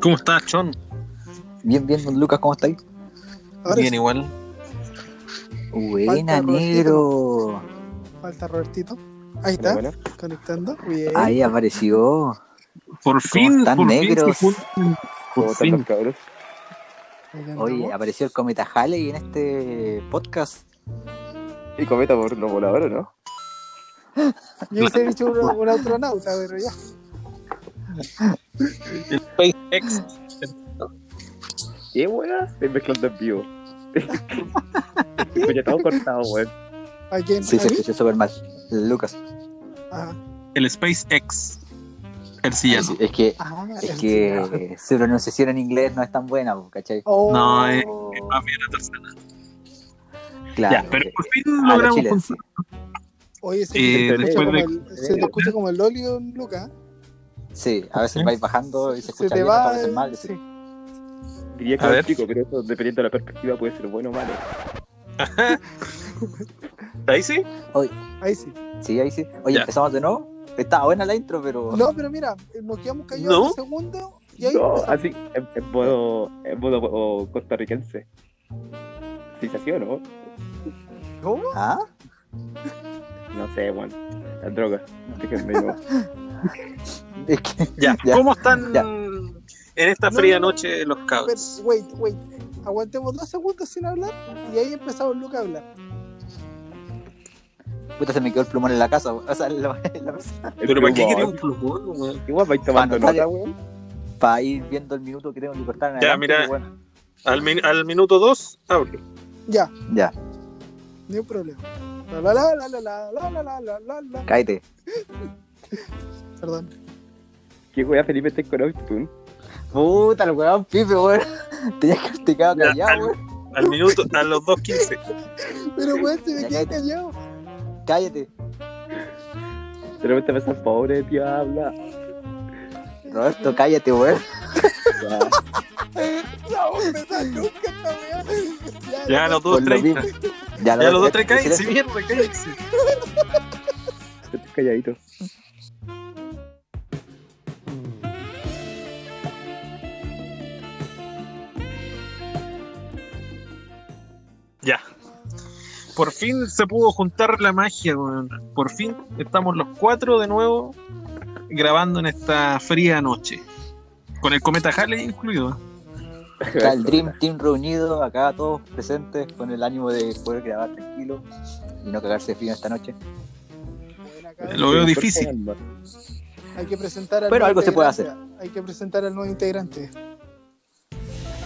¿Cómo estás, Chon? Bien, bien, don Lucas, ¿cómo estáis? Ahora Bien, sí, igual. Buena, Robertito. negro. falta Robertito. Ahí está, Bueno, conectando. Bien. Ahí apareció. Por fin, están, por negros? fin. se jun- ¿cómo Por están fin. los cabros? Ahí andamos. Oye, apareció el cometa Halley en este podcast. Y cometa por lo volador, ¿o ¿no? Yo hubiese dicho un, un astronauta, pero ya. SpaceX. ¿Qué, weón? Estoy mezclando en vivo. Escucha, todo cortado, weón. ¿A quién? Sí, ¿A se mí? escuchó súper mal. Lucas. Ajá. El SpaceX. El Sí, sillano. Es que, Ah, es el señor. que su pronunciación en inglés no es tan buena, ¿cachai? Oh, No, eh, Más bien la tercera. Claro. Ya, pero por fin eh, a la logramos chilena, juntar. sí. Oye, se, eh, te escucha después como de- el, se te escucha como el Lolio, Luca. Sí, a veces vais bajando y se ¿Eh? Se escucha te bien, otras va. veces mal. sí. Diría que A era ver. un chico, pero eso dependiendo de la perspectiva puede ser bueno o malo. Ahí sí. Ahí sí. Sí, ahí sí. Oye, Ya. empezamos de nuevo. Estaba buena la intro, pero. No, pero mira, eh, nos quedamos callados No. un segundo y ahí. no, empezamos. así, en, en modo, en modo o- costarricense. Sí, se hacía, ¿no? ¿Cómo? ¿Ah? No sé, weón. La droga. Déjenme, no. Es que. Ya. Ya. ¿Cómo están Ya. en esta No, fría no, no. noche los Pero, cabros? wait, wait. Aguantemos dos segundos sin hablar y ahí empezamos Luca a hablar. Puta, se me quedó el plumón en la casa. O sea, en la, en la mesa. Pero ¿para qué quería un queríamos? plumón, weón? Igual vais tomando Ah, no, nota, dale. weón. Para ir viendo el minuto que tengo que cortar. en Ya, adelante, pues, mira. que bueno. Al, min- al minuto 2, hablo. Ya, Ya, ni un problema. La la la la la la la la la la la. cállate. Perdón. ¿Qué weón Felipe está con Outpun? Puta, el weón, Pipe, weón. Tenías que haberte quedado Ya, al- callado, weón. Al minuto, a los 2.15. Pero weón, se me Ya, queda cállate. callado. Cállate. De repente me estás pobre, diabla. Roberto, cállate, weón. Ya. La voz me da nunca esta weá. Ya, Ya a los 2.30. Ya, Ya a los 2.30, dos, tres, cállense, tres. mierda, cállense. Estás calladito. Ya. Por fin se pudo juntar la magia, weón. Por fin estamos los cuatro de nuevo grabando en esta fría noche. Con el cometa Halley incluido. Está el Dream Team reunido, acá todos presentes, con el ánimo de poder grabar tranquilo y no cagarse de frío esta noche. Buena, cabrón. Lo veo difícil. Hay que presentar al Pero nuevo algo se puede integrante. Hay que presentar al nuevo integrante.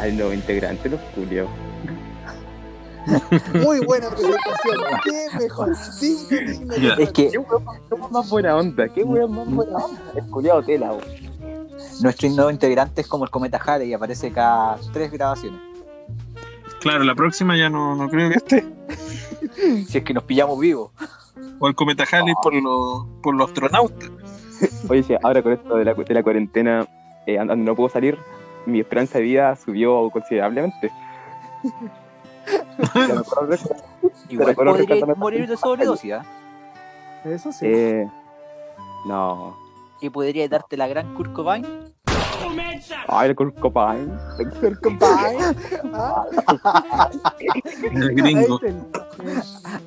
Al nuevo integrante, los culiados. Muy buena presentación. Qué mejor. Digno, digno, Ya. digno. Es que ¿Cómo más buena onda? ¿Qué weón más buena onda? El culiado tela, weón. nuestro nuevo integrante es como el cometa Halley y aparece cada tres grabaciones. Claro, la próxima ya no, no creo que esté. Si es que nos pillamos vivos. O el cometa Halley por, los por los astronautas. Oye, sí, ahora con esto de la, de la cuarentena, eh, and- and no puedo salir, mi esperanza de vida subió considerablemente. La mejor respuesta, Igual Pero con los podría rescates- morir de sobredosis, ¿ah? Eso sí. eh, no. Y podría darte la gran Kurt Cobain. Ay, eh. el Copain. Compadre. Ah, El ahí gringo. está.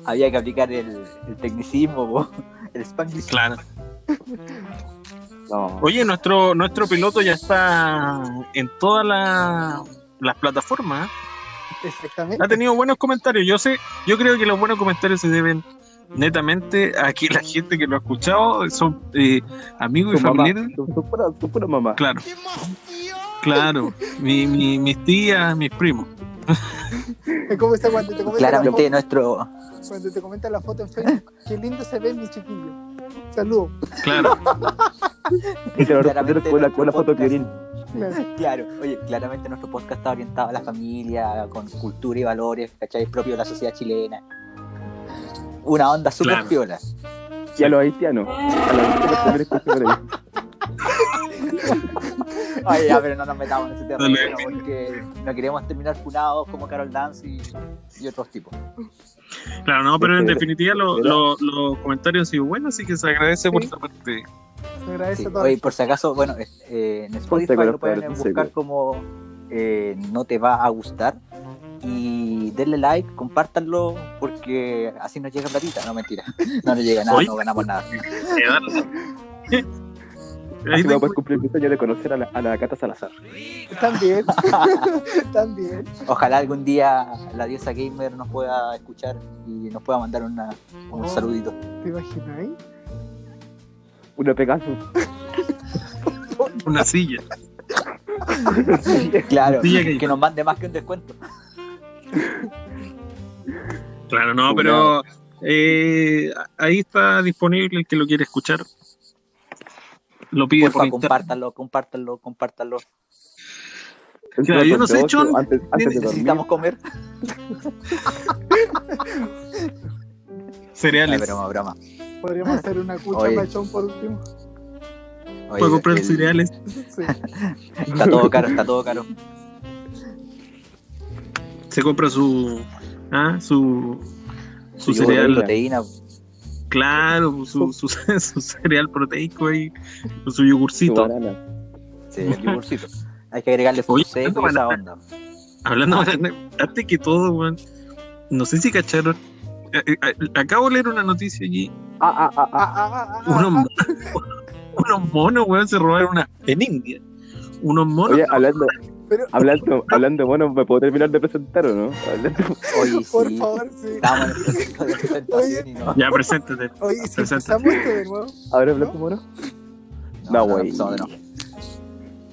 Había que aplicar el, el tecnicismo, po. el spanglish. Claro. No. Oye, nuestro, nuestro piloto ya está en todas la- las plataformas. ¿eh? Exactamente. Ha tenido buenos comentarios. Yo sé, yo creo que los buenos comentarios se deben netamente a que la gente que lo ha escuchado son eh, amigos y Tu mamá, familiares. tu, tu pura, tu pura mamá. Claro, claro. Mi- mi- mis tías, mis primos. Es como está cuando te comentan la, Claramente foto, nuestro cuando te comentan la foto en Facebook. Qué lindo se ve mi chiquillo. Saludos. Claro. Y te lo respondieron Claramente con la, nuestro con la foto de podcast. Piolín. Claro, oye, claramente nuestro podcast está orientado a la familia, con cultura y valores, ¿cachai? Propio de la sociedad chilena. Una onda súper Claro. piola. Y a los haitianos. A los haitianos también escuché por ahí. Oye, ya, pero no nos metamos en ese Dale. terreno porque no queremos terminar funados como Carol Dance y, y otros tipos. Claro, no, pero en Pero- definitiva lo- lo- los comentarios han sido buenos, así que se agradece por Sí. esta parte. Se agradece Sí. todo. Oye, por si acaso, bueno, es- eh, en Spotify Seco, lo pueden seco. buscar como eh, No te va a gustar. Y denle like, compártanlo, porque así nos llega platita. No, mentira. No nos llega nada, Oye. no ganamos nada. Te dan- Eh, Ahí Así tengo- vamos a poder cumplir mi sueño de conocer a la, a la Cata Salazar. También. También. Ojalá algún día la diosa gamer nos pueda escuchar y nos pueda mandar una- un Oh. saludito. ¿Te imagináis? Una Pegasus. una silla. Claro, Sí, que- que nos mande más que un descuento. Claro, no, pero eh, ahí está disponible el que lo quiere escuchar. Lo pide por Porfa, internet. compártanlo, compártanlo, compártanlo. Claro, yo no sé, Entonces, John, Antes, antes de dormir. Necesitamos comer. Cereales. Ay, broma, broma. Podríamos hacer una cucha Oye. pachón por último. Oye, Puedo comprar el- cereales. Sí. Está todo caro, está todo caro. Se compra su. Ah, su. Su Yogur, cereal, proteína. claro, su, su, su cereal proteico ahí, su tu yogurcito. banana. Sí, el yogurcito. Hay que agregarle Oye, frutos secos y ¿cuánto esa onda. Hablando de antes que todo, weón. No sé si cacharon. eh, eh, eh, Acabo de leer una noticia allí. Ah, ah, ah, ah. Ah, ah, ah, ah, Unos, ah. mo- unos monos, weón, se robaron una. En India. Unos monos. Oye, hablando, Pero- Ah, hablando, hablando, bueno, ¿me puedo terminar de presentar o no? Hablando, Oye, Por sí. favor, sí. Estábamos en el proceso de presentación y no. Ya, preséntate. Oye, si Preséntate. empezamos esto de nuevo. ahora hablando, bueno. No, güey. empezamos de nuevo.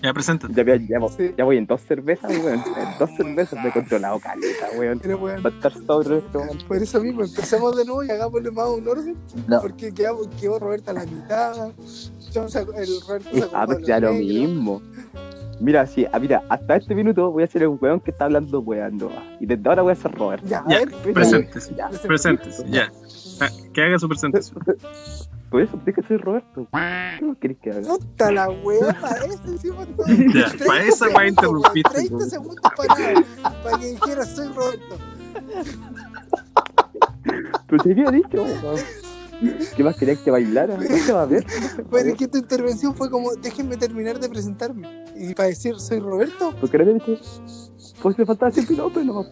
Ya, preséntate. Ya, voy- ya, voy- Sí. ya voy en dos cervezas, weón. En dos cervezas me he controlado caleta, weón. Pero bueno, Va a estar sobre este momento. por eso mismo, empecemos de nuevo y hagámosle más un orden. No, Porque quedamos, quedó Roberta a la mitad. John sacó- el Roberto sacó Ah, Pablo pues ya lo Negro. mismo. Mira, sí, ah, mira, hasta este minuto voy a ser un weón que está hablando weando. ah, Y desde ahora voy a ser Robert. Ya, a Ya, ver. Preséntese. Ya. presenta. Preséntese, ya. Ah, Que haga su presentación. Por eso tienes que ser Roberto. ¿Qué más querés que haga? Puta la wea, para eso hicimos todo. Ya, 30 para esa weá segundos, weón, interrumpiste. pues. 30 segundos para, para que dijera soy Roberto. Pero te había dicho, weón. ¿Qué más querías que bailara? No se va a ver. Pero es que tu intervención fue como, déjenme terminar de presentarme. Y para decir soy Roberto, Porque no había dicho. Pues le faltaba ser piloto y no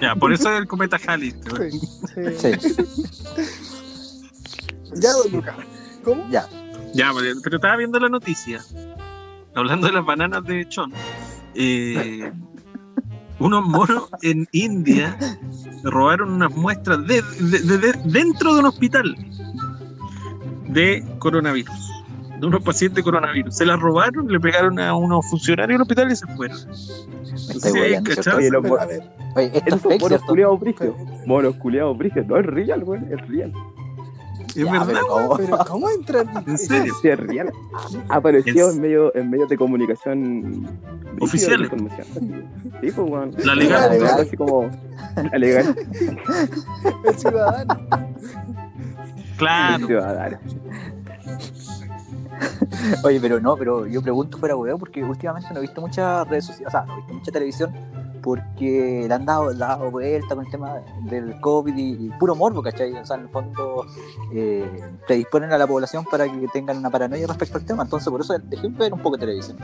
Ya, por eso es el cometa Halley. este, weón. sí, sí. sí, Ya, don Lucas. ¿Cómo? ya. Ya, pero pero estaba viendo la noticia. Hablando de las bananas de Chon. Eh, unos moros en India robaron unas muestras de, de- de- de- dentro de un hospital de coronavirus. De unos pacientes de coronavirus. Se las robaron, le pegaron a unos funcionarios del hospital y se fueron. Me Sí, estoy hueveando, ¿cierto? ¿cachai? Oye, los Pero, a monos ver, Oye, esto es fake, monos ¿cierto? culiados brígidos. pero, Monos culiados brígidos. No, es real, weón. Es real. Es Ya, verdad, pero ¿cómo? pero ¿cómo entran? en serio. Sí, es real. Apareció Es- en medios en medio de comunicación brígido de Oficiales. información. Sí, pues, weón. La legal. Era algo Así como. La legal. El ciudadano. Claro. ciudadana. Oye, pero no, pero yo pregunto fuera hueveo porque últimamente no he visto muchas redes sociales, o sea, no he visto mucha televisión porque le han dado, le han dado vuelta con el tema del COVID y, y puro morbo, ¿cachai? O sea, en el fondo eh, predisponen a la población para que tengan una paranoia respecto al tema, entonces por eso dejé de ver un poco de televisión.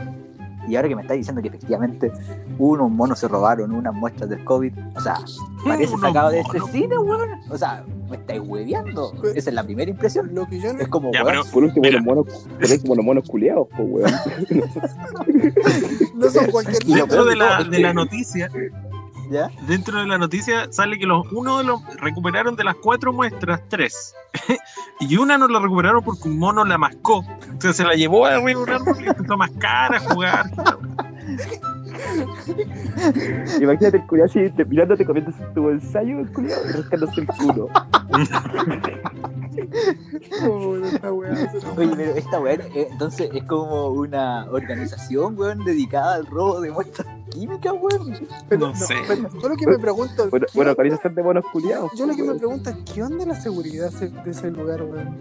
Y ahora que me está diciendo que efectivamente unos monos se robaron unas muestras del COVID, o sea, parece Unos sacado de este monos. cine, weón. O sea, me estáis hueveando. Esa es la primera impresión. Lo que yo no. Es como, Pues Ya, weón, pero- Por último, Mira. los monos, por último, los monos culiados, pues, weón. No son cualquier Y Dentro lo niño. peor de la, todo es de que- la noticia, ¿ya? dentro de la noticia sale que los uno de los recuperaron de las cuatro muestras tres y una no la recuperaron porque un mono la mascó entonces se la llevó a arriba de un árbol y empezó a mascar a jugar Imagínate el culiado así, te, mirándote, comiendo tu ensayo, el culiado, y rascándose el culo. Oh, esta weá. Oye, pero esta weá, eh, entonces es como una organización, weón, dedicada al robo de muestras químicas, weón. Pero, No sé. pero yo lo que me pregunto. Bueno, ¿qué onda- bueno organización de monos culiados. yo lo que me weón. pregunto es: ¿qué onda la seguridad se- de ese lugar, weón?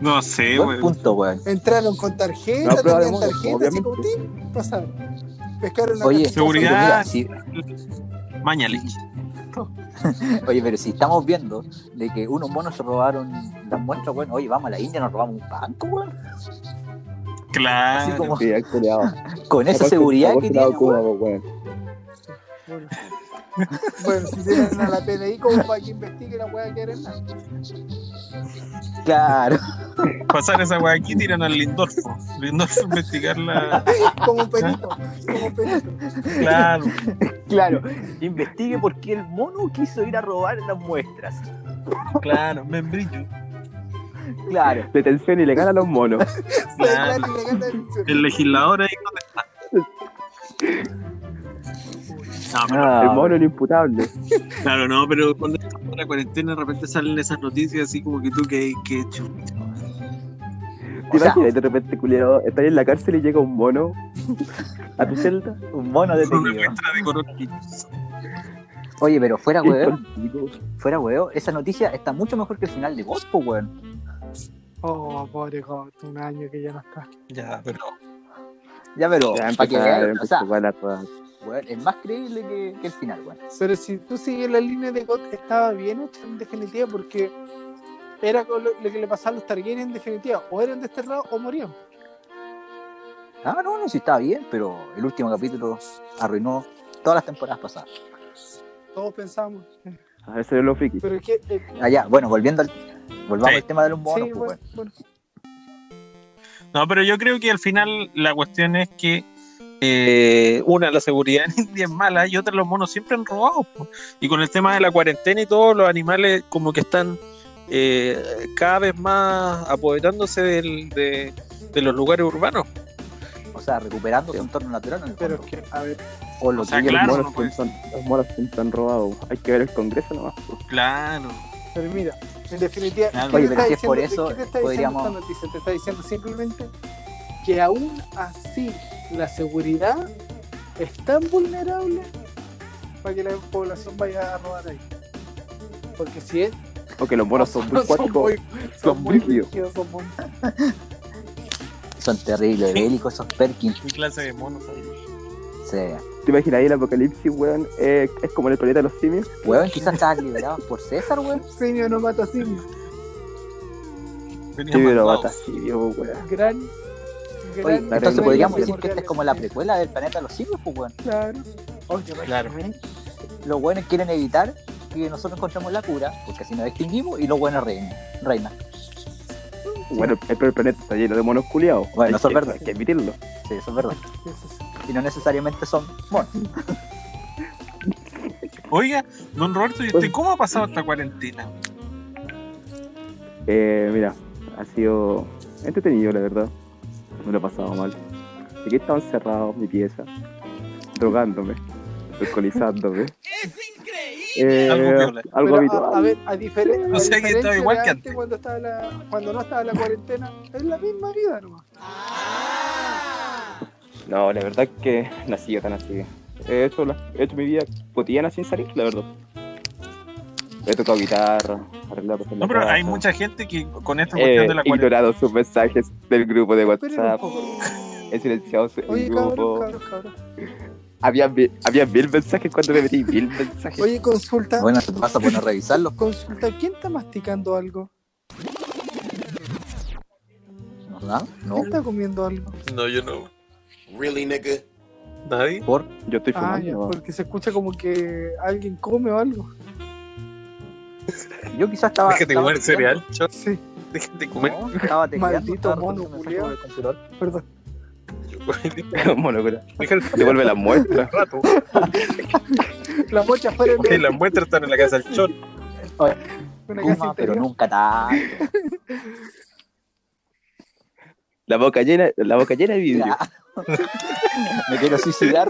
no sé Buen weón. punto, weón. Entraron con tarjeta, No, pero tenían además, tarjeta, así como tin, pasaron. Pescaron la Oye, cajita, Seguridad. Mira, si, Mañalich Oye, pero si estamos viendo de que unos monos se robaron las muestras, bueno, oye, vamos a la India, nos robamos un banco, weón. Claro. Así como- Sí, ha culeado. Con esa Aparte, seguridad está que acostumbrado tiene, weón. a Cuba, pues, weón. Bueno, Bueno, si tienen a la PDI como para que investigue la weá que era nada. Claro. Pasar esa weá aquí, tiran al Lindorfo. Lindorfo investigar la. Como perito, como perito. Claro. Claro. Investigue por qué el mono quiso ir a robar las muestras. Claro, membrillo. Claro. Detención ilegal a los monos. Fue Claro. gratis, le gana el- El legislador ahí donde está. Ah, No, pero, El mono inimputable. claro, no, pero cuando estamos en la cuarentena de repente salen esas noticias así como que tú que, que chucha. ¿Te Ah, O sea- imaginas de repente, culero, estar en la cárcel y llega un mono a tu celda? Un mono una detenido. muestra de coronavirus. Oye, pero fuera, Y weón. contigo. Fuera, weón. Esa noticia está mucho mejor que el final de vos, po, weón. Oh, pobre Got, un año que ya no está. Ya, pero. Ya, pero. Ya pa' que empezaron, vean, o sea, empezó a la toda. weón, es más creíble que, que el final, weón. Pero si tú sigues la línea de God, estaba bien hecha en definitiva porque era con lo, lo que le pasaba a los Targaryen en definitiva. O eran desterrados o morían. Ah, no, no, sí estaba bien, pero el último capítulo arruinó todas las temporadas pasadas. Todos pensamos. A ver, se lo friki. Pero es que. eh, Allá, Ah, bueno, volviendo al. Volvamos Sí. al tema de los monos, sí, pues, bueno, bueno. No, pero yo creo que al final la cuestión es que eh, una, la seguridad en India es mala y otra, los monos siempre han robado. po. Y con el tema de la cuarentena y todo, los animales como que están eh, cada vez más apoderándose del- de, de los lugares urbanos. weón. O sea, recuperando su entorno natural en el Pero fondo. es que, a ver, O lo o sea, que claro, los no monos puede son- los monos son tan robados. Hay que ver el congreso nomás. pues. Claro. pero mira, en definitiva. Claro. ¿qué Oye, te pero está si es por eso, diciendo- ¿qué te está podríamos- diciendo esta noticia? Te está diciendo simplemente que aún así la seguridad es tan vulnerable para que la población vaya a robar ahí. Porque si es O que los monos son muy cuáticos. son muy brígidos. rígidos, son muy- son terribles, bélicos esos Perkins. ¿Qué clase de monos hay? Sí. ¿Te imaginas ahí el apocalipsis, weón? Eh, es como en el planeta de los simios. Weón, quizás estaban liberados por César, weón. Simio no mata simio. Venían Simio lo mandados. mata simio, weón. Gran. gran- Oye, claro, entonces claro. podríamos Sí, decir que esta es como la precuela del planeta de los simios, pues, weón. Claro. Oye, Claro. Los buenos quieren evitar que nosotros encontremos la cura, porque así nos extinguimos, y los buenos reinan. Reina. Bueno, el, el planeta está lleno de monos culiados. Bueno, Hay eso es que- verdad. Hay que admitirlo. Sí, eso es verdad. Y no necesariamente son monos. Oiga, don Roberto, ¿y usted cómo ha pasado esta cuarentena? Eh, mira, ha sido entretenido, la verdad. Me lo he pasado mal. Aquí estaba encerrado en mi pieza, drogándome, alcoholizándome. ¡Es increíble! Algo eh. viola. algo Pero, habitual. A, a ver, a, difere- a O sea que diferencia estaba igual de que antes, Cuando, estaba la, cuando no estaba la cuarentena, es la misma vida nomás. No, la verdad es que no ha sido tan así. He hecho, la- he hecho mi vida cotidiana sin salir, la verdad. He tocado guitarra, arreglado cosas en la No, pero hay casa. mucha gente que con esta cuestión de He la cuarentena. ignorado sus mensajes del grupo de Pero WhatsApp. poco. He silenciado su- el Oye, grupo. cabrón, cabrón, cabrón. Había, mi- había mil mensajes cuando me metí, mil mensajes. Oye, consulta. Bueno, se pasa por no revisarlos. Consulta, ¿quién está masticando algo? ¿No? ¿No? ¿Quién ¿No? está comiendo algo? No, yo no. Really, nigga? ¿Nadie? ¿Por? Yo estoy Ah, ya, fumando. porque se escucha como que alguien come o algo. Yo quizás estaba... Déjate estaba comer tecleando. cereal, chao, Sí, déjate comer. No, estaba tecleando, Maldito estaba mono respondiendo mensajes culiao. por el computador. perdón. Monocura. Déjale Devuelve las muestras. rato. La mocha fuera en Que las muestras están en la casa del chon. una Coma, casa pero interior. nunca tanto. La boca llena, la boca llena de vidrio. Ya. Me quiero suicidar.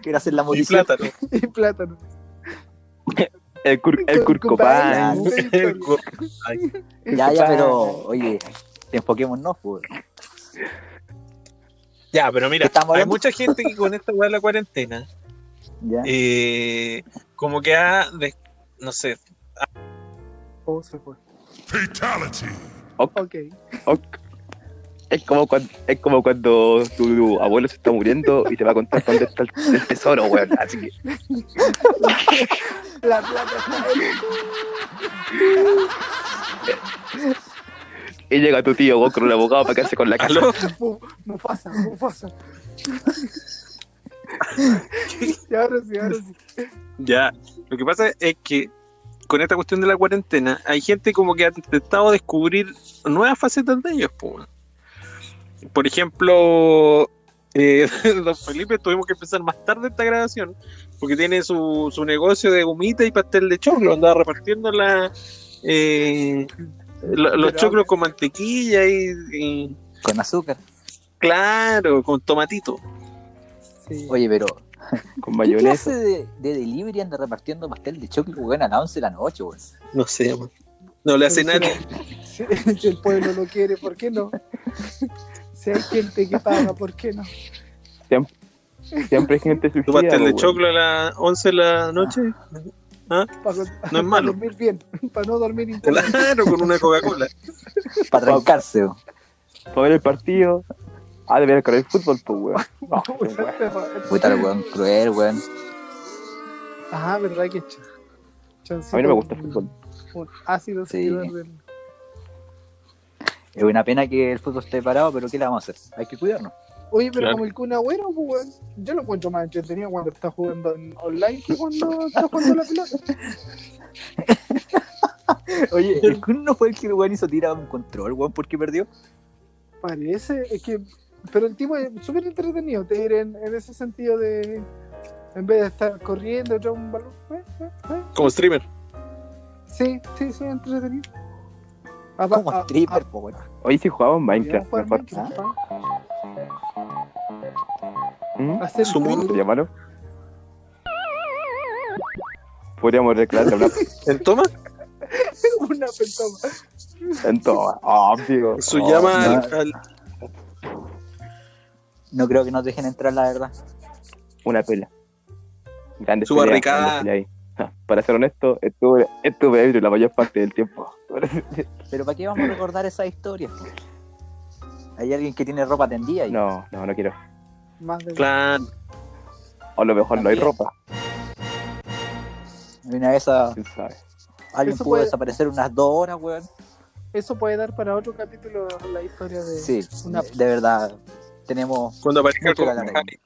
Quiero hacer la Y morición. plátano. Y plátano. El, cur, el Cur- curcopán. curcopán. Ay, Ya, ya, pero... Oye, enfoquémonos, pues. ya, pero mira, ¿Estamos hay hablando? mucha gente que con esta weá de la cuarentena, Ya. eh, como que ha, de- no sé, Oh, se fue. Ok. Ok. Ok. Es como, cuando, es como cuando tu abuelo se está muriendo y te va a contar dónde está el, el tesoro, weón. Así que La plata está ahí. Y llega tu tío Goku con un abogado para quedarse con la casa. ¿Aló? Mu- Mufasa, Mufasa. y ahora sí, ahora sí. Ya, lo que pasa es que con esta cuestión de la cuarentena, hay gente como que ha intentado descubrir nuevas facetas de ellos. po, weón. Por ejemplo, eh, don Felipe tuvimos que empezar más tarde esta grabación, porque tiene su, su negocio de gomita y pastel de choclo, andaba repartiendo la, eh, lo- los Pero- choclos con mantequilla y, y- Con azúcar. claro, con tomatito. Sí. Oye, pero Con ¿qué mayonesa. clase de, de delivery anda repartiendo pastel de choclo, weón, a las 11 de la noche, weón? No sé, weón. no le hace Pero nada. Si, si el pueblo lo quiere, ¿por qué no? Si hay gente que paga, ¿por qué no? Siempre hay gente Tu suicida. pastel de po, weón. choclo a las 11 de la noche. Para, No es malo. dormir bien, para no dormir incómodo. Claro, con una Coca-Cola. Para trancarse, weón. Para ver el partido. Ah, debería correr el fútbol, pues, weón. No, pues, weón. Puta, el weón cruel, weón. Ajá, verdad que ch- A chancito, mí no me gusta el un- fútbol. un ácido Sí. seguidor del- Es una pena que el fútbol esté parado, pero ¿qué le vamos a hacer? Hay que cuidarnos. Oye, pero Claro. como el Kun Agüero, pues, weón, yo lo encuentro más entretenido cuando está jugando en online que cuando está jugando a la pelota. Oye, el Kun no fue el que el weón hizo tira un control, weón, porque perdió. Parece, es que. Pero el tipo es súper entretenido, te diré, en, en ese sentido de. En vez de estar corriendo, echar un balón. eh, eh, eh. Como streamer. Sí, sí, sí, entretenido. Apa- Como a- stripper, po, weón. Hoy sí jugaba en a- Minecraft, Ah, jugar mejor. Minecraft, pa. ¿Mm? ¿ah? Hacer Su stream. mundo. ¿Sería malo? Podríamos reclamar una ¿El toma? una pentoma. en todo. Ah, amigo. Su Oh, llama al- no. al- No creo que nos dejen entrar, la verdad. Una pela. Grande Su barricada. Para ser honesto, estuve, estuve ebrio la mayor parte del tiempo. Pero ¿para qué vamos a recordar esas historias? po? Hay alguien que tiene ropa tendida y No, no, no quiero. Más de Claro. O a lo mejor no hay También. ropa. una vez a- ¿Quién sabe? alguien Eso pudo puede- desaparecer unas dos horas, weón. Eso puede dar para otro capítulo la historia de. Sí, Una- de verdad. Tenemos. Cuando aparezca el Mucho cometa galán. Halley.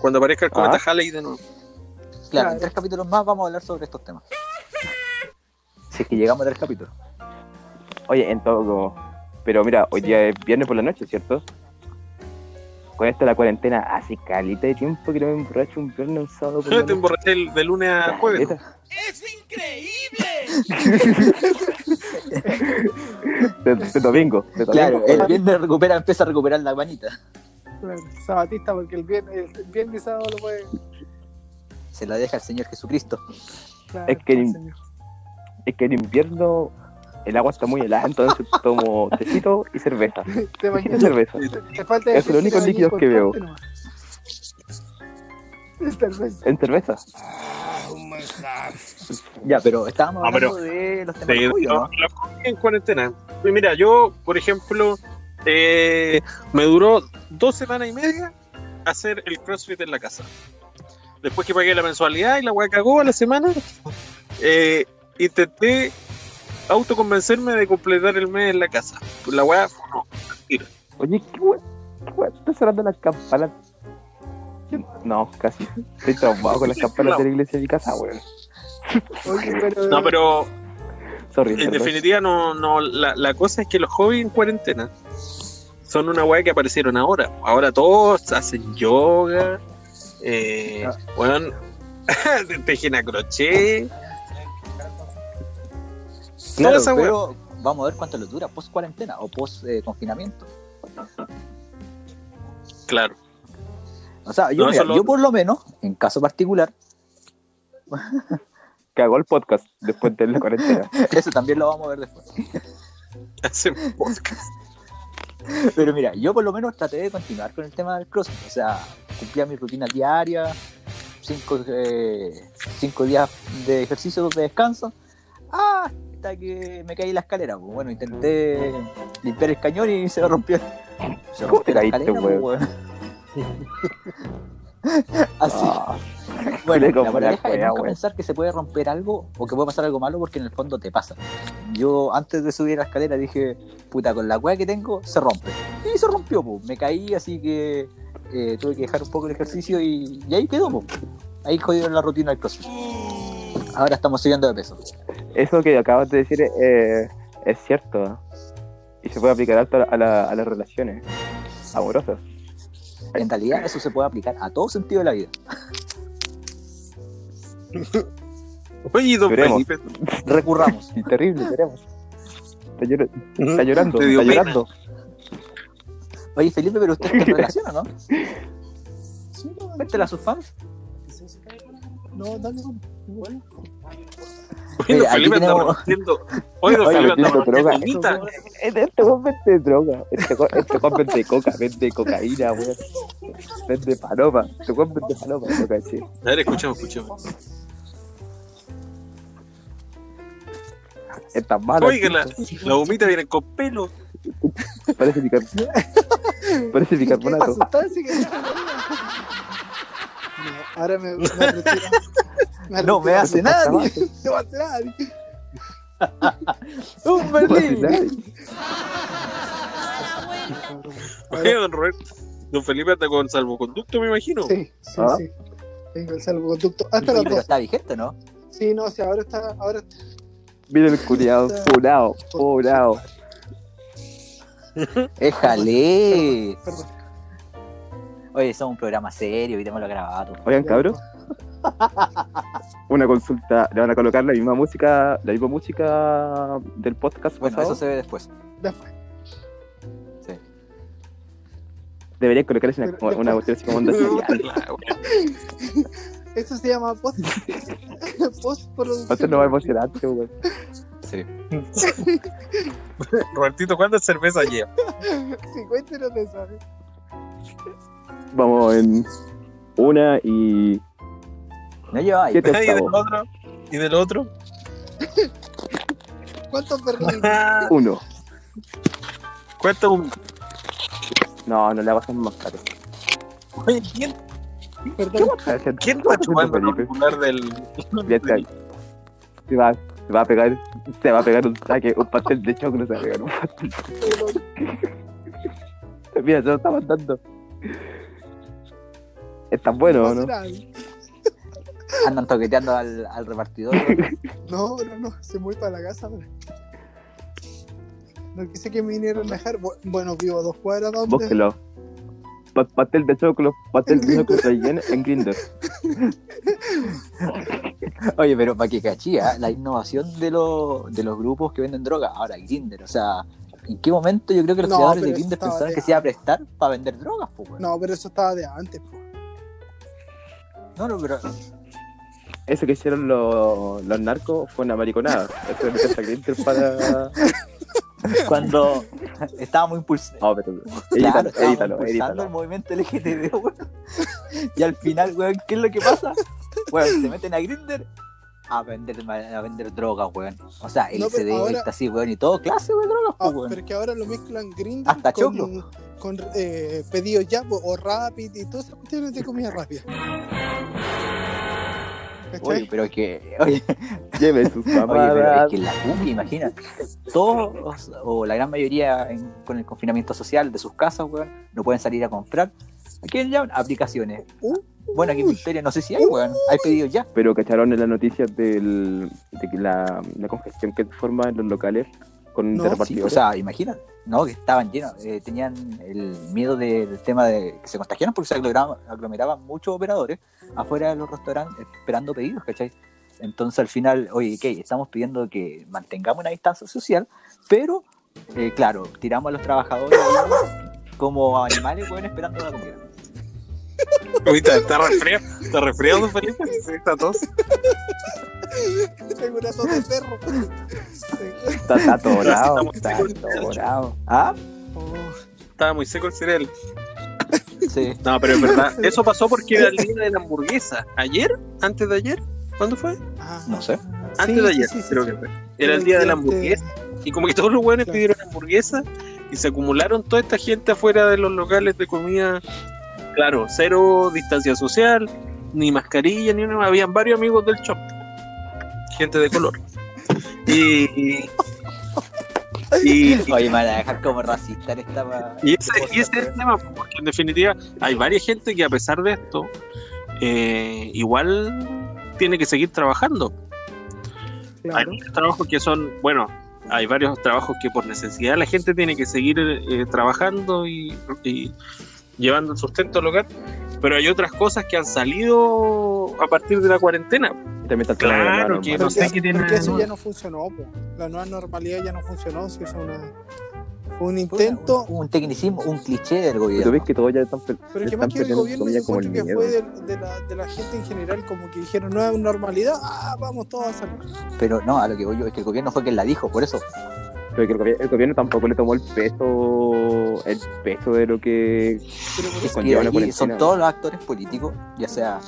Cuando aparezca el cometa Halley de nuevo. Claro, Claro. en tres capítulos más vamos a hablar sobre estos temas. Si es que llegamos a tres capítulos. Oye, en todo como- Pero mira, hoy día es viernes por la noche, ¿cierto? Con esto de la cuarentena, hace calita de tiempo que no me emborracho un viernes un sábado. por la Te noche. emborraché el- de lunes a jueves. Caleta. ¡Es increíble! De, de domingo. de domingo. Claro, el viernes recupera, empieza a recuperar la guanita. Claro, Sabatista, porque el viernes, el viernes y sábado lo puede. Se la deja el Señor Jesucristo. claro, Es que- el señor. Es que en invierno el agua está muy helada, entonces tomo tecito y cerveza. Te Y bañas. cerveza. Te falta Es lo único líquido que veo. Esta vez. En cerveza. Ya, pero estábamos Ah, pero- hablando de los temas Sí, del cuello, no, ¿no? la cosa es que en cuarentena. Y mira, yo, por ejemplo, eh, me duró dos semanas y media hacer el CrossFit en la casa. Después que pagué la mensualidad y la weá cagó a la semana, eh, intenté autoconvencerme de completar el mes en la casa. La weá fue no. Oye, qué guay. Qué guay. Está sonando las campanas. No, casi. Estoy traumado con las campanas de la iglesia de mi casa, weón. Oye, pero. No, pero Sorry. en perdón. definitiva, no, no la, la cosa es que los hobbies en cuarentena son una weá que aparecieron ahora. Ahora todos hacen yoga, eh, weón, tejen a crochet. Claro, esa pero vamos a ver cuánto les dura post cuarentena o post eh, confinamiento. Claro. O sea, yo, No, mira, eso lo- yo por lo menos, en caso particular, Cagó el podcast después de la cuarentena. eso también lo vamos a ver después. Hacen podcast. Pero mira, yo por lo menos traté de continuar con el tema del crossfit. O sea, cumplía mis rutinas diarias, cinco, eh, cinco días de ejercicio, dos de descanso, hasta que me caí en la escalera. pues. Bueno, intenté limpiar el cañón y se me rompió. Se ¿Cómo te pues, rompió la caíste, escalera, pues, weón. Así, Ah, Bueno, Como la la moraleja es wea, nunca wea. pensar que se puede romper algo o que puede pasar algo malo porque en el fondo te pasa. Yo antes de subir a la escalera dije, puta, con la weá que tengo se rompe. Y se rompió, po. me caí, así que eh, tuve que dejar un poco el ejercicio y, y ahí quedó. po. Ahí jodieron la rutina del crossfit. Ahora estamos subiendo de peso. Eso que acabas de decir eh, es cierto. ¿eh? Y se puede aplicar harto a, la- a la- a las relaciones amorosas. En realidad eso se puede aplicar a todo sentido de la vida. Oye, y don Veremos. Felipe, Recurramos. Y terrible, veremos. Está, llor- está ¿te llorando, dio está pena? llorando. Oye, Felipe, pero usted está en relación o no? Cuéntela a sus fans. No, dale con- Bueno, Oye, don Mira, aquí Felipe anda tenemos- rompiendo. Oye, don Oye, Felipe anda metiendo droga. rompiendo mitas. Este este weón vende droga. Este weón este weón vende coca, vende cocaína, weón. Vende paloma. Este weón vende paloma, no caché. A ver, escuchemos, escuchemos. Es tan malo. Oye, que la, chico. la humita viene con pelo. Parece bicarbonato. Parece ¿qué bicarbonato. sustancia que- No, ahora me, me retiro. No me retiro. hace nadie. No me hace nadie. Un Parece Berlín. nada. Oye, don Roberto. Don Felipe anda con salvoconducto, me imagino. Sí, sí, Ah. sí. Tengo el salvoconducto. Hasta Oye, las pero 12. está vigente, ¿no? Sí, no, o sea, ahora está. Ahora está. Mira el culiado, furado, furado. ¡Éjale! Perdón. Oye, somos un programa serio, lo grabado. Oigan, cabros. Una consulta, le van a colocar la misma música, la misma música del podcast Bueno, pasado. eso se ve después. Después. Deberían colocar una, Pero- una cuestión así como onda Puta serial. la wea. Eso se llama post. Postproducción. Va a ser lo más emocionante, weón. Sí. Robertito, ¿cuántas cervezas lleva? Sí, cuéntenos de eso. Vamos en una y No llevaba ahí. siete Y del octavos. otro. Y del otro. ¿Cuántos berlines? Ah, Uno. Cuesta un. No, no la pasan más caro. Oye, ¿quién, Perdón. quién está chupando el Felipe? auricular del. Ya está. Se va, se va a pegar, se va a pegar un saque, un pastel de choclo se va a pegar. un pastel. Mira, se lo está mandando. Es tan bueno, No, ¿o ¿no? Andan toqueteando al, al repartidor. no, no, no, se mueve para la casa. ahora. No quise que me vinieran a dejar. Bu- Bueno, vivo a dos cuadras donde. Búsquelo. Pa- pastel de choclo, pastel de choclo relleno en Grindr. Oye, pero para que cachía, ¿eh? la innovación de, los de los grupos que venden droga, ahora Grindr, o sea, ¿en qué momento yo creo que los No, creadores de pero eso Grindr estaba pensaron que ya. se iba a prestar para vender drogas, pues, weón? No, pero eso estaba de antes, po. No, no, pero Eso que hicieron los, los narcos fue una mariconada. Eso de meterse a Grindr para... cuando estábamos impulsando. No, pero... Claro, Edítalo, estábamos edítalo, impulsando edítalo. el movimiento LGTB, weón. Y al final, weón, ¿qué es lo que pasa? Weón, se meten a Grindr a vender, a vender drogas, weón. O sea, No, pero LCD, ahora- así, weón, y todo clase de drogas, Ah, pues, weón. pero es que ahora lo mezclan Grindr Hasta con, choclo. con eh, pedidos ya po, o Rapid y todas esas cuestiones de comida rápida. ¿Cachai? Oye, pero es que, oye, Lleve sus oye, pero es mamadas. que la cumbia, imagina. Todos, o la gran mayoría en- con el confinamiento social de sus casas, weón, no pueden salir a comprar. ¿A quién llaman? Aplicaciones. Uh, Uy. Bueno, aquí en Victoria no sé si hay, weón. Hay pedidos ya. Pero cacharon en las noticias del, de que la, la congestión que se forma en los locales con No, de Sí, repartidores. o sea, imagina, no, que estaban llenos, eh, tenían el miedo de- del tema de que se contagiaran porque se aglomeraban, aglomeraban muchos operadores afuera de los restaurantes esperando pedidos, ¿cachai? Entonces al final, oye, ¿qué? Estamos pidiendo que mantengamos una distancia social, pero, eh, claro, tiramos a los trabajadores ahí como animales, weón, esperando la comida. Ahorita está resfriado. Está resfriado, don Felipe. Sí, Está tos. Tengo una tos de perro. Tengo- está, está atorado, Estamos está secos, atorado. Ah, Oh, Estaba muy seco el cereal. sí. No, pero es verdad. Eso pasó porque era el día de la hamburguesa. ¿Ayer? ¿Antes de ayer? ¿Cuándo fue? ah. No sé. Antes Sí, de sí, ayer, sí, sí, creo sí. que fue. Era el día de la hamburguesa. Y como que todos los hueones Claro. pidieron hamburguesa y se acumularon toda esta gente afuera de los locales de comida. Claro, cero distancia social, ni mascarilla, ni una. Habían varios amigos del shop. Gente de color. Y. y- y- Oye, me van a dejar como racista en esta. pa- y ese, cosa, y ese es el weón. tema, porque en definitiva hay varias gente que a pesar de esto, eh, igual tiene que seguir trabajando. Hay Claro. muchos trabajos que son, bueno, hay varios trabajos que por necesidad la gente tiene que seguir eh, trabajando y, y llevando el sustento al hogar, pero hay otras cosas que han salido a partir de la cuarentena. También Este está Claro que que no sé Porque- qué tiene- porque eso ya no funcionó, po. la nueva normalidad ya no funcionó, si es una, fue un Fue una- intento, Un, un tecnicismo, un cliché del Tú ves gobierno. que todos ya están, per- pero es que están más que el perdiendo gobierno yo comillas como el encuentro que miedo. fue de, de la, de la gente en general, como que dijeron nueva normalidad, ah, vamos todos a salir. Pero no, a lo que voy yo es que el gobierno fue quien la dijo, por eso. Pero que el, gobierno, el gobierno tampoco le tomó el peso, el peso de lo que Pero por Es eso, Con que llevar la ahí son cuarentena. todos los actores políticos, ya sea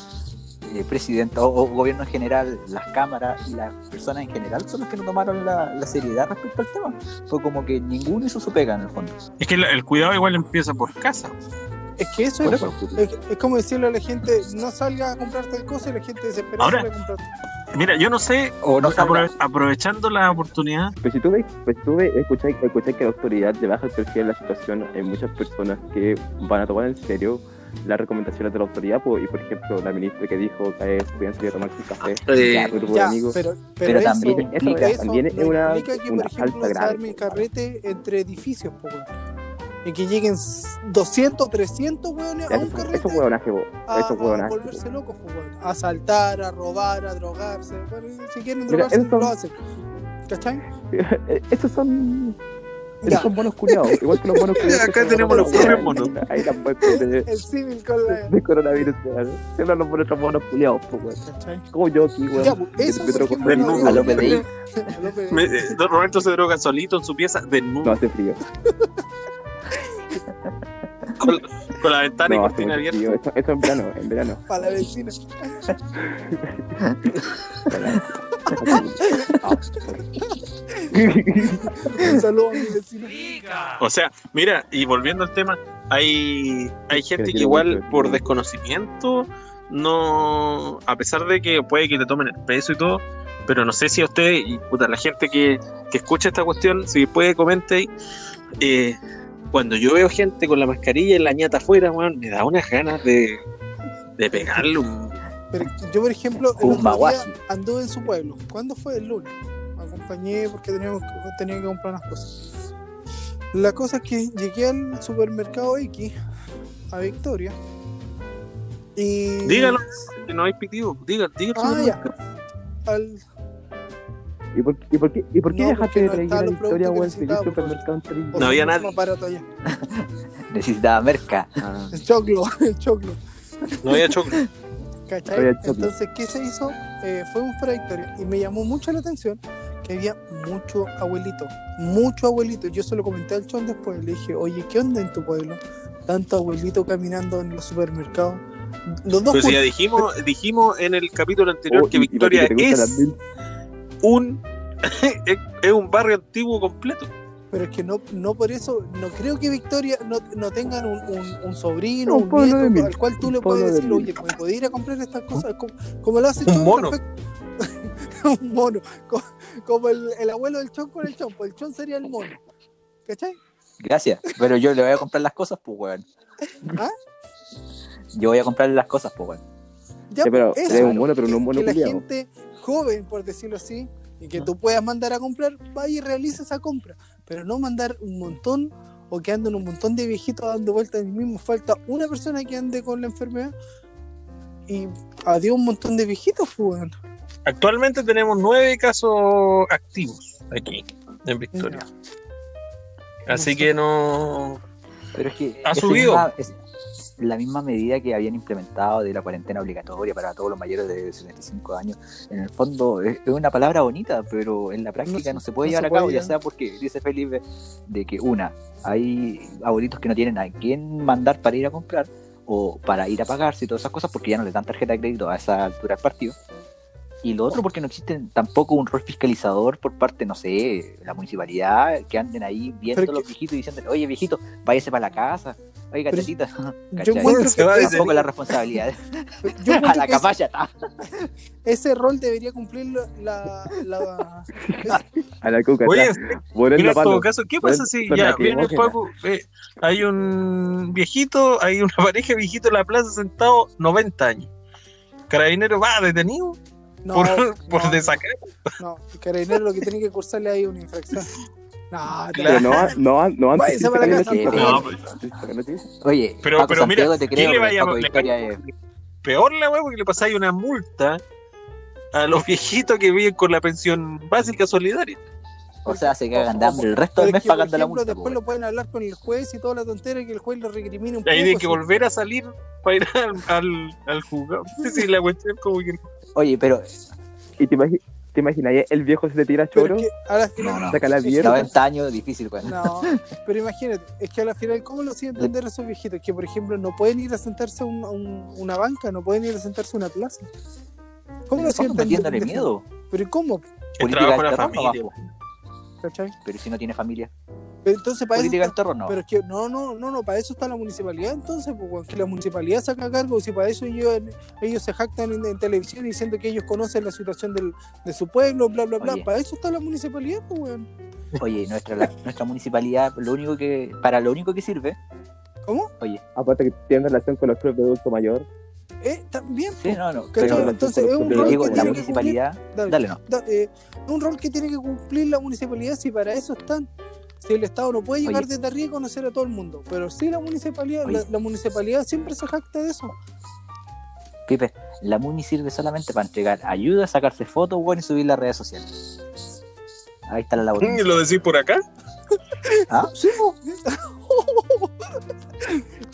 eh, presidente o, o gobierno en general, las cámaras y las personas en general, son los que no tomaron la, la seriedad respecto al tema. Fue como que ninguno hizo su pega en el fondo. Es que el, el cuidado igual empieza por casa. es que eso Por es, eso. es- es como decirle a la gente, no salga a comprar tal cosa y la gente desesperada Ahora- sale a comprar tal cosa. Mira, yo no sé, O no apro- sabrá. aprovechando la oportunidad, Pero si tú ves, pues si tú ves escucháis, escucháis que la autoridad le baja el perfil a la situación, hay muchas personas que van a tomar en serio las recomendaciones de la autoridad, po, y por ejemplo la ministra que dijo que eh, pueden salir a tomarse un café eh, un grupo de Ya, amigos. pero, pero, Pero eso, también eso implica- también es no una- implica que, una por ejemplo, falta se grave, arme po. carrete entre edificios, po, weón. y que lleguen 200, 300 weones Ya, a un eso- carrete. eso es huevonaje, po, a, eso es a huevonaje. po. volverse locos, pues, weón. a saltar, a robar, a drogarse. Bueno, si quieren Mira, drogarse, eso- lo hacen. ¿Cachai? Eh, Esos son, esos Ya, son bonos culiados, igual que los bonos culiados. Acá que son tenemos los culiados. buenos Ahí- Ahí tampoco de, el civil con la. de coronavirus, claro. Se hablan por otros bonos culiados, po, weón. ¿Cachai? Como yo aquí, weón. Ya, pues, que eso, te por troco- ejemplo, no desnudo. habría- A lo PDI. a lo PDI. me- eh, don Roberto se droga solito en su pieza, No desnudo, hace frío. con, con la ventana y No, hace cortina mucho abierta. frío. Esto, esto en verano, en verano. Para la vecina. Ah, Un saludo a mi vecina. Rica. O sea, mira, y volviendo al tema, hay, hay gente que tiene igual mucho, tiene por mucho. desconocimiento, no, a pesar de que puede que le tomen el peso y todo, pero no sé si a usted y puta, la gente que, que escucha esta cuestión, si puede comente, eh, cuando yo veo gente con la mascarilla y la ñata afuera, weón, me da unas ganas de, de pegarle un... Pero yo, por ejemplo, el Un otro baguazi. día anduve en su pueblo. ¿Cuándo fue? El lunes. Me acompañé porque teníamos que- tenía que comprar unas cosas. La cosa es que llegué al supermercado X, a Victoria. Y. Dígalo, que no hay pitido, dígalo, dígalo. Ah, ya. Al- ¿Y por, y por qué, y por qué No, dejaste porque no pues. de traer estaba la los historia, weón? productos Si que yo necesitaba, supermercado en por No si había es más nadie. barato allá. Necesitaba merca. Ah, El choclo, el choclo. No había choque. ¿Cachai? Había choclo. Entonces, ¿qué se hizo? Eh, fue un para Victoria y me llamó mucho la atención que había mucho abuelito, mucho abuelito. Yo se lo comenté al chon después, le dije, oye, ¿qué onda en tu pueblo? Tanto abuelito caminando en los supermercados. Los dos Pero si ya juntos. dijimos, dijimos en el capítulo anterior Oh, que y- y para ti Victoria que te gustan es... las mil- un es, es un barrio antiguo completo. pero es que no, no por eso, no creo que Victoria no, no tengan un, un- un sobrino, Un un, pueblo de nieto mil. al cual tú Un le pueblo puedes de decir, mil. oye, ¿me podés ir a comprar estas cosas? Como, como lo hace Un Chon mono. respecto- un mono. Co- Como, el, el abuelo del Chon con el Chon, pues el Chon sería el mono. ¿Cachai? Gracias. Pero yo le voy a comprar las cosas, pues, weón. ¿Ah? Yo voy a comprarle las cosas, pues, weón. Ya, pues, Ya, pero eso, es un mono, pero que- no un mono Que la culiao. gente joven, por decirlo así, y Ah. que tú puedas mandar a comprar, vaya y realiza esa compra. Pero no mandar un montón o que anden un montón de viejitos dando vueltas en el mismo. Falta una persona que ande con la enfermedad y adiós un montón de viejitos, pues, weón. Actualmente tenemos nueve casos activos aquí en Victoria. Así que no. Pero es que. Ha esa subido. misma- es la misma medida que habían implementado de la cuarentena obligatoria para todos los mayores de 75 años. En el fondo es, es una palabra bonita, pero en la práctica se- no, se puede no llevar se a cabo, puede ya llevar. sea porque dice Felipe de que una, hay abuelitos que no tienen a quién mandar para ir a comprar o para ir a pagarse y todas esas cosas porque ya no le dan tarjeta de crédito a esa altura del partido. Y lo otro porque no existe tampoco un rol fiscalizador por parte, no sé, la municipalidad, que anden ahí viendo a Pero los viejitos y diciéndole, oye viejito, váyase para la casa. Oye, Pero- cachetita. Yo ¿Cachai? encuentro Se va que- de- Tampoco la responsabilidad. yo A encuentro la que ese- capalla está. ese rol debería cumplir la, la- la- A la cuca, Oye, está. Ponerle Mira, en palo. todo caso, ¿qué pasa si Suena ya viene el lacrimógena. Paco? eh, hay un viejito, hay una pareja de viejito en la plaza sentado 90 años. Carabinero va detenido no, por, no, por no, desacato. No, el carabinero lo que tiene que cursarle ahí es una infracción. No, te- Pero no, no, no antes. Váyase sí, para la sacarle casa, Antonio. chispa, weón. No, pues. Sí, sacarle chispa. Oye, Pero- Paco pero mira, Santiago te ¿qué creo, le vaya a- pero Paco le- Victoria es- Peor la weá, porque le pasáis una multa a los viejitos que viven con la pensión básica solidaria. O sea, se cagan de hambre el resto Pero del es mes que, por pagando la ejemplo, multa. pues, po, Después lo pueden hablar con el juez y toda la tontera y que el juez lo recrimine un Y ahí tienen poco. que sí. volver a salir para ir al, al, al juzgado. Sí, sí, la cuestión como que. weón. Oye, pero ¿Y te, imagi- te imaginas? ahí El viejo se le tira Pero choro, es que a la final- No, no. saca la mierda. 90 años difícil, weón. No, pero imagínate, es que a la final, ¿cómo lo hacían entender a esos viejitos? Que, por ejemplo, no pueden ir a sentarse a, un- a un- una banca, no pueden ir a sentarse a una plaza. ¿Cómo lo hacían ¿Cómo metiéndole miedo? ¿Pero cómo? El Política trabajo de la del terror nomás, familia. po. ¿Cachai? Pero si no tiene familia. Pero entonces, para eso. Política del está- terror no. Pero es que no, no, no, no, para eso está la municipalidad entonces, pues, weón, que la municipalidad saca a cargo, si para eso ellos, ellos se jactan en, en televisión diciendo que ellos conocen la situación del, de su pueblo, bla, bla, bla, Oye. para eso está la municipalidad, pues, weón. Oye, nuestra, la- nuestra municipalidad, lo único que, para lo único que sirve, ¿Cómo? Aparte que tiene relación con los clubes de adulto mayor. Eh, también, sí, no, no. ¿cachai? pero- entonces es un pero Pero rol digo, que la tiene que cumplir, municipalidad, dale, dale, no. da- eh, un rol que tiene que cumplir la municipalidad si para eso están. Si el Estado no puede llegar Oye. desde arriba y conocer a todo el mundo, pero sí la municipalidad, la, Oye. la municipalidad siempre se jacta de eso. Pipe, la muni sirve solamente para entregar ayuda, sacarse fotos, weón, y subir las redes sociales. Ahí está la labor. Mm, ¿Lo decís por acá? ¿Ah? Sí, po.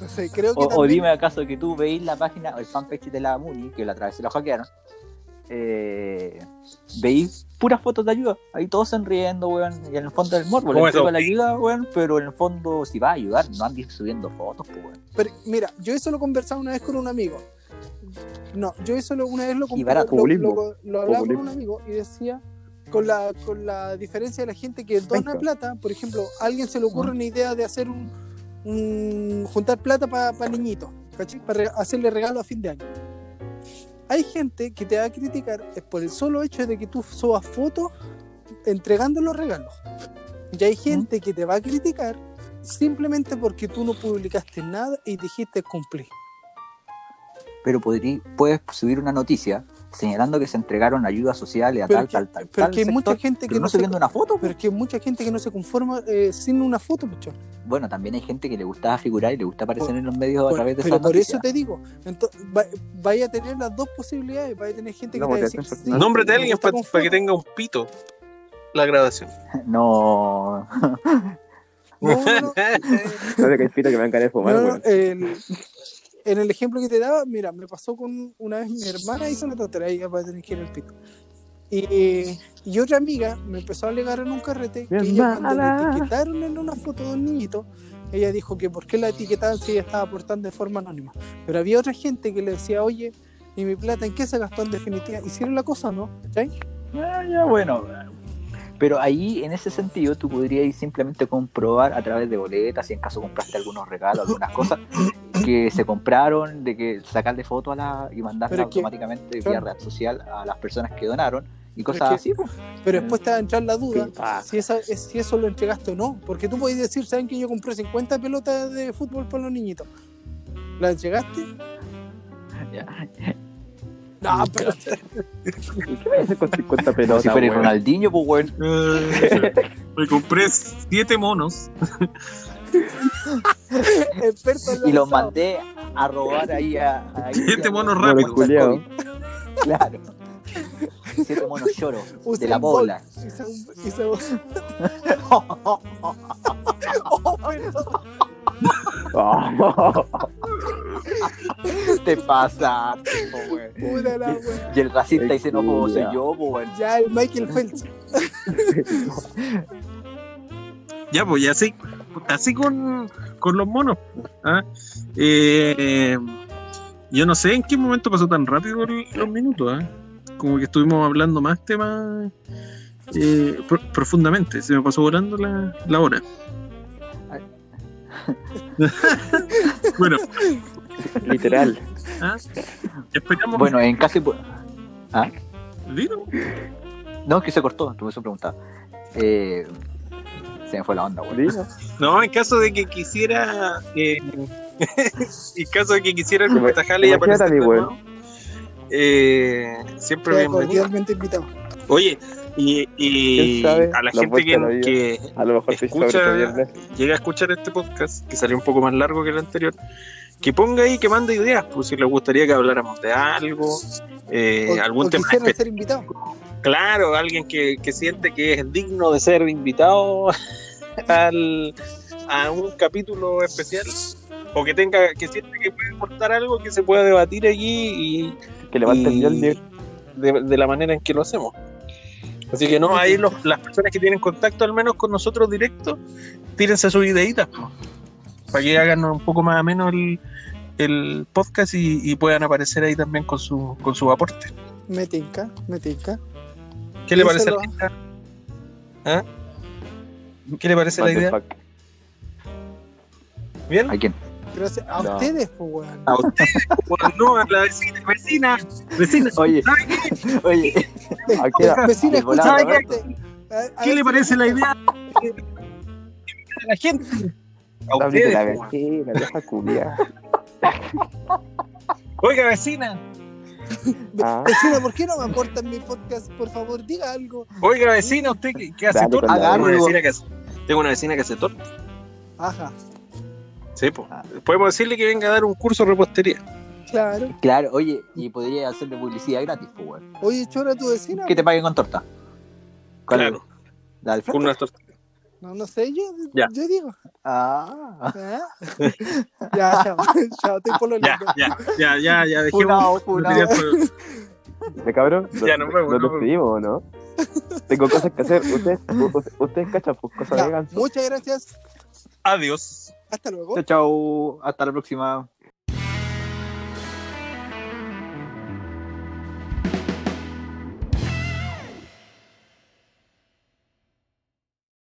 no sé, creo que O, o también- dime acaso que tú veis la página, el fanpage de la Muni, que la travesía la hackearon, eh, veis puras fotos de ayuda, ahí todos sonriendo, weón, y en el fondo del morbo, le ¿Cómo eso? entrego la ayuda, weón, pero en el fondo si va a ayudar, no andes subiendo fotos, pues, weón. Pero, mira, yo eso lo conversaba una vez con un amigo. No, yo eso lo- una vez lo, Y barato. lo, Populismo. lo- lo hablaba con Populismo. un amigo y decía, con la, con la diferencia de la gente que dona Venga. plata, por ejemplo, a alguien se le ocurre una idea de hacer un, un- juntar plata para niñitos, ¿cachai? Para re- hacerle regalo a fin de año. Hay gente que te va a criticar por el solo hecho de que tú subas fotos entregando los regalos. Y hay gente que te va a criticar simplemente porque tú no publicaste nada y dijiste cumplí. Pero podrí, puedes subir una noticia señalando que se entregaron ayudas sociales a Pero tal, que- tal, tal, Pero tal que hay mucha sector, gente que pero no no se, subiendo una foto, pues. pero que hay mucha gente que no se conforma eh, sin una foto, muchachos. Bueno, también hay gente que le gusta figurar y le gusta aparecer en los medios a Por- través de pero esas por eso noticias. te digo, ento- va- vaya a tener las dos posibilidades, vaya a tener gente que te va No, a porque decir hacen sí, personal. Nómbrate a me alguien gusta para con que foto. tenga un pito la grabación. No, No, no, eh, no. Sabe que hay pito que me van a querer fumar, No, no, weón. el- en el ejemplo que te daba, mira, me pasó con una vez mi hermana hizo una tontera, ella va a tener que ir al pito. Y, y otra amiga me empezó a alegar en un carrete que Mi ella cuando hermana. le etiquetaron en una foto de un niñito, ella dijo que por qué la etiquetaban si ella estaba aportando de forma anónima. Pero había otra gente que le decía, oye, ¿y mi plata en qué se gastó en definitiva? ¿Hicieron la cosa o no? ¿Cachai? Ah, ya, bueno. Pero ahí, en ese sentido, tú podrías simplemente comprobar a través de boletas, si en caso compraste algunos regalos, algunas cosas que se compraron, de que sacarle foto a la, y mandarla Pero es que- automáticamente vía claro. red social a las personas que donaron y cosas que- así. pues. Pero después te va a entrar la duda Sí, pa. si, esa, es- si eso lo entregaste o no. Porque tú podés decir, ¿saben que yo compré 50 pelotas de fútbol para los niñitos? ¿La entregaste? Ya. No, pero ¿Y ¿Qué voy a hacer con 50 Como pelotas, si fuera weón? Ronaldinho, pues, weón. Eh, Me compré siete monos. experto en la Y los asado. mandé a robar ahí a. a Siete monos Bueno, rápidos. Juliao. Claro. Siete monos lloro. De Usain la Bolt. bola. Usain- Usain Bolt. Oh, Te pasa, tipo, weón. Puta la wea. Y el racista dice, no, po, soy Ya. yo, pues, po, weón. Ya, el Michael Phelps. Ya, pues, y así, así con, con los monos. ¿ah? Eh, yo no sé en qué momento pasó tan rápido el- los minutos. ¿ah? Como que estuvimos hablando más temas eh, pro- profundamente. Se me pasó volando la, la hora. Bueno, Literal. ¿ah? esperamos. Bueno, en casi. pu- Dilo. No, que se cortó, tuve su pregunta. Eh, se me fue la onda, güey. Digo, No, en caso de que quisiera. eh, en caso de que quisiera el Ima- Tajale y aparecer. imagínate, de güey. nuevo, eh, siempre Queda bienvenido. cordialmente invitado. Oye, y, y ¿Quién sabe? a la La gente vuelta a la que, vida. que a lo mejor te Escucha- sobre este viernes. llega a escuchar este podcast, que salió un poco más largo que el anterior, que ponga ahí, que mande ideas, pues si les gustaría que habláramos de algo, eh, O- algún o tema quisieran espe- ser invitados. Claro, alguien que, que siente que es digno de ser invitado al, a un capítulo especial. O que tenga, que siente que puede aportar algo que se pueda debatir allí y, Que levante y el viol, Diego. de, de la manera en que lo hacemos. Así que no, ahí los- las personas que tienen contacto al menos con nosotros directo, tírense sus ideitas po, para que hagan un poco más ameno el, el podcast y, y puedan aparecer ahí también con su, con su aporte. Me tinca, me tinca. ¿Qué le parece la Díselo. idea? ¿Ah? ¿Qué le parece la What the idea? fuck. ¿Bien? ¿A quién? Gracias a No. ustedes, pues, weón. A usted, pues, no, a la vecina, vecina, vecina. Ah, Oye, oye, ¿A qué hora? Pues Vecina, Al volado, escucha la Roberto. parte. A- a eh, ¿Qué ver le si- parece la idea? A la gente. A Háblate de ustedes, la pues. vecina, vieja culia. Oiga, vecina. Ah, Vecina, "Pues ¿por qué no me aportan mi podcast? Por favor, diga algo. Oiga, vecina, ¿usted qué, qué hace Dale torta? con la Tengo una, verga. vecina que hace, tengo una vecina que hace torta. Ajá, Sí, po. Podemos decirle que venga a dar un curso de repostería. claro. claro, oye, y podría hacerle publicidad gratis, pues, güey. Oye, chora tu vecina. Que te paguen con torta. ¿Cuál es? claro, ¿La del con frente? unas tortas. No, no sé, yo, Ya. yo digo. Ah, ¿Ah? ya, chao. chao, estoy por los Ya, ya, ya, ya, ya, dejemos. funao, funao. ¿Me ¿Eh, cabrón? Ya, nos vemos, ¿Nos nos vemos. despedimos o no? Tengo cosas que hacer. Ustedes, u- ustedes cachan, pues cosas de ganso. Muchas gracias. Adiós. Hasta luego. Chao, chao. Hasta la próxima.